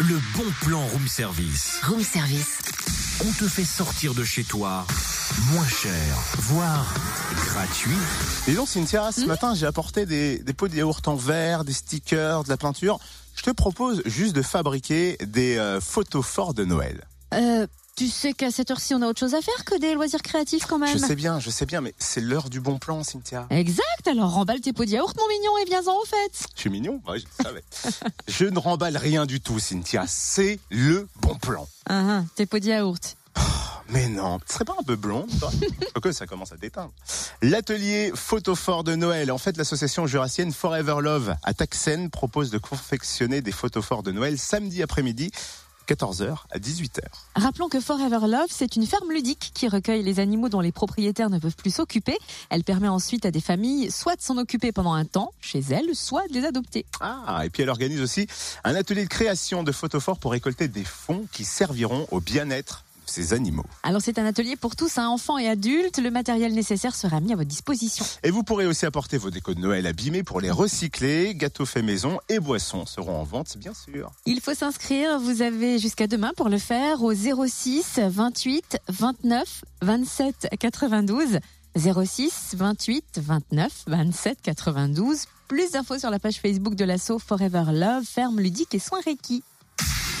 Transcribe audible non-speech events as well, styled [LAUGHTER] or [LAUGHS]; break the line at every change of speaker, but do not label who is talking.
Le bon plan room service.
Room service.
On te fait sortir de chez toi moins cher, voire gratuit.
Dis donc, Cynthia, ce matin, j'ai apporté des, des pots de yaourt en verre, des stickers, de la peinture. Je te propose juste de fabriquer des euh, photos forts de Noël.
Euh, tu sais qu'à cette heure-ci, on a autre chose à faire que des loisirs créatifs quand même.
Je sais bien, je sais bien, mais c'est l'heure du bon plan,
[LAUGHS]
Cynthia.
Exact, alors remballe tes pots de yaourt, mon mignon, et viens-en aux fêtes.
Je suis mignon, ouais, je le savais. je ne remballe rien du tout, Cynthia. C'est le bon plan.
Ah, ah, tes pots de yaourt.
Mais non, ce serait pas un peu blonde, toi Quoique, ça commence à déteindre. L'atelier photo fort de Noël. En fait, l'association jurassienne Forever Love à Taxen propose de confectionner des photos forts de Noël samedi après-midi, 14h à 18h.
Rappelons que Forever Love, c'est une ferme ludique qui recueille les animaux dont les propriétaires ne peuvent plus s'occuper. Elle permet ensuite à des familles soit de s'en occuper pendant un temps chez elles, soit de les adopter.
Ah, et puis elle organise aussi un atelier de création de photos forts pour récolter des fonds qui serviront au bien-être de ces animaux.
Alors c'est un atelier pour tous, hein, enfants et adultes. Le matériel nécessaire sera mis à votre disposition.
Et vous pourrez aussi apporter vos décos de Noël abîmés pour les recycler. Gâteaux faits maison et boissons seront en vente, bien sûr.
Il faut s'inscrire, vous avez jusqu'à demain pour le faire au 06 28 29 27 92. 06 28 29 27 92. Plus d'infos sur la page Facebook de l'asso Forever Love, ferme ludique et soins Reiki.